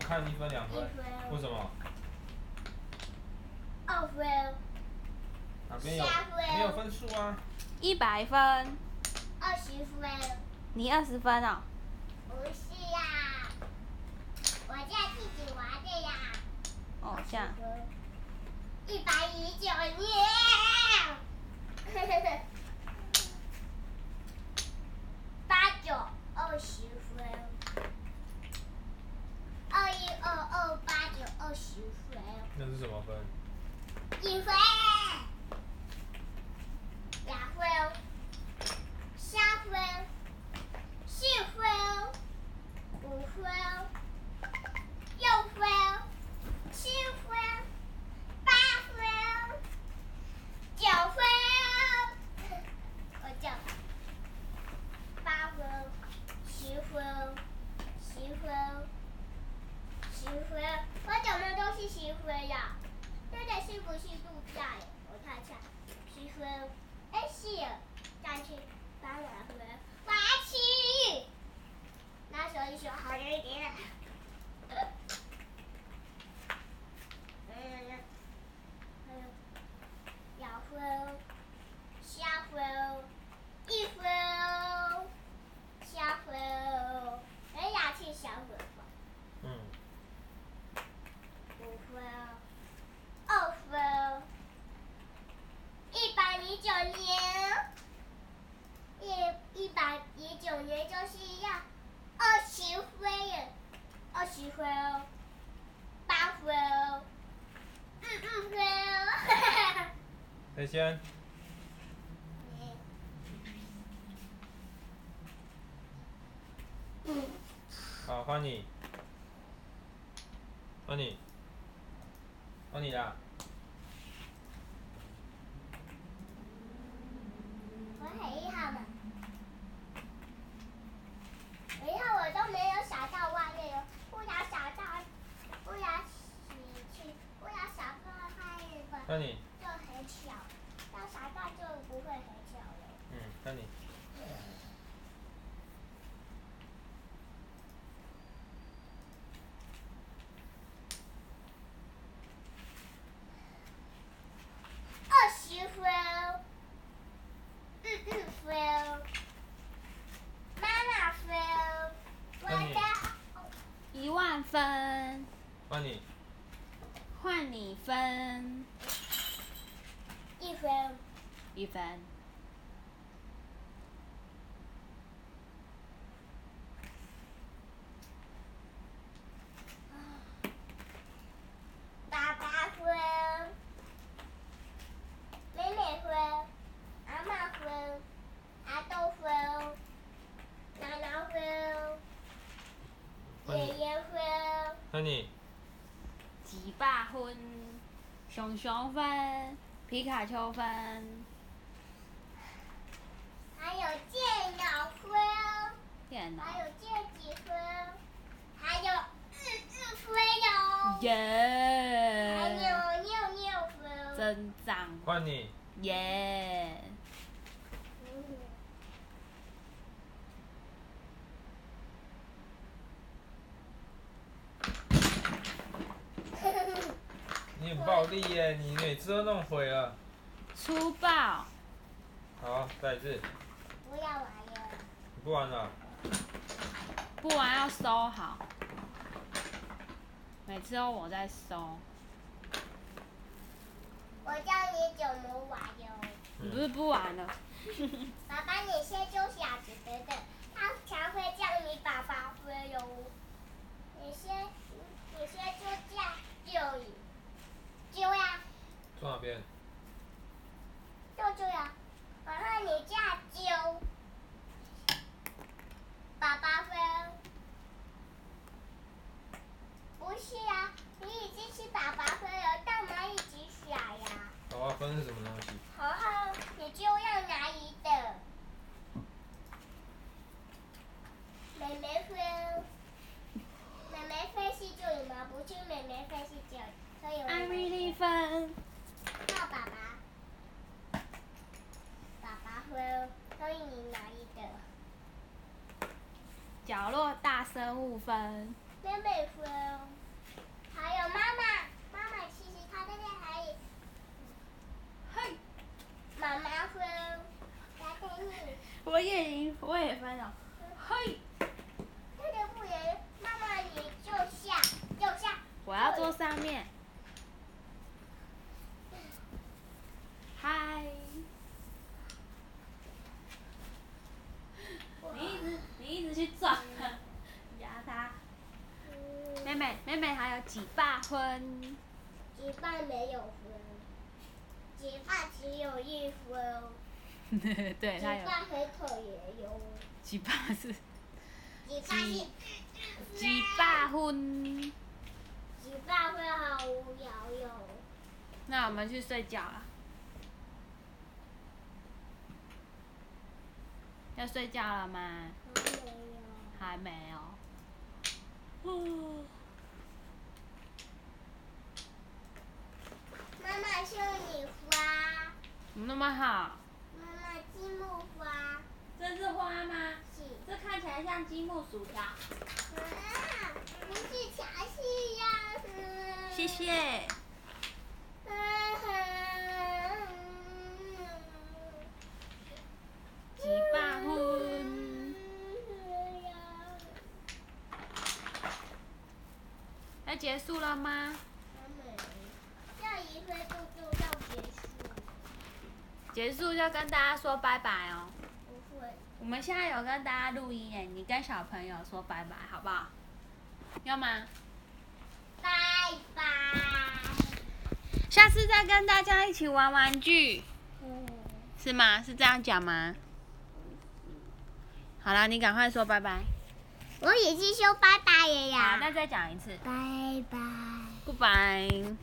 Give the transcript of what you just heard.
看一分两分，为什么？二分，哪边有下分没有分数啊？一百分，二十分，你二十分哦。不是呀，我在自己玩的呀。哦，这样。一百一九耶，八九二十分，二一二二八九二十分，那是什么分？一分，两分，三分，四分，五分，六分，七分，八分，九分，我讲八分，十分，十分，十分，我怎么都是十分呀？这个是不是度假呀？我看看，十分，哎是耶，但是当然分，我要吃鱼。那时候一说好了一点了。嗯，嗯，两分，三分，一分，三分，哎呀，是三分吧？嗯，五分，二分，一百零九年，一一百零九年就是要二十分耶，二十分哦，八分哦，嗯嗯分哦，嗯哈哈。谁先？哦 好，换你，换你，换你啦。我很遗憾的，我遗憾我都没有想到外面有，忽然想到，忽然洗去，忽然想到外面吧，那你，就很巧，要想到就不会很巧了。嗯，那你，二十分，嗯嗯分，妈妈分，我那你的一万分，换你，换你分一分，一分。爸爸分，妹妹分。阿妈分，阿豆分，奶奶分，换爷你，爷分，那你，几百分，熊熊分，皮卡丘分，还有电脑分，电脑还有电子分，还有日日分哟，还耶，有尿尿分。增长换你，耶，嗯你很暴力耶，你每次都弄毁了。粗暴，好，再一次，不要玩了，你不玩了。不然要收好。每次都我在收，我教你怎么玩哟。你不是嗯，不玩了？爸爸，你先休息啊，等等等，他才会叫你爸爸回哟。你先，你先就这样就就呀，坐哪边？就这样，然后你这样揪，爸爸分。不是啊，你已经是爸爸分了，干嘛一直耍呀？好啊，分是什么东西？然后你就要拿一的。妹妹分，妹妹分是这里吗？不是妹妹分是这里，所以我艾米丽们分，靠爸爸，爸爸分，所以你拿一的。角落大生物分，妹妹分，啊啊几百分？结伴没有分，结伴只有一分， 对，结它有伴回头也有，几百是结伴是几百分。结伴会好无聊哟。那我们去睡觉啊了，要睡觉了吗？还没有，还没哦有。哦，妈妈送你花，怎么那么好？妈妈积木花这是花吗？是，这看起来像积木薯条。啊，你是调戏呀？嗯谢。谢。几百分。要结束了吗？下一回就就要结束，结束就跟大家说拜拜哦。不会，我们现在有跟大家录音耶，你跟小朋友说拜拜好不好？要吗？拜拜。下次再跟大家一起玩玩具，嗯，是吗？是这样讲吗？好啦，你赶快说拜拜。我也是说拜拜了好，呀。那再讲一次拜拜。 ，Goodbye。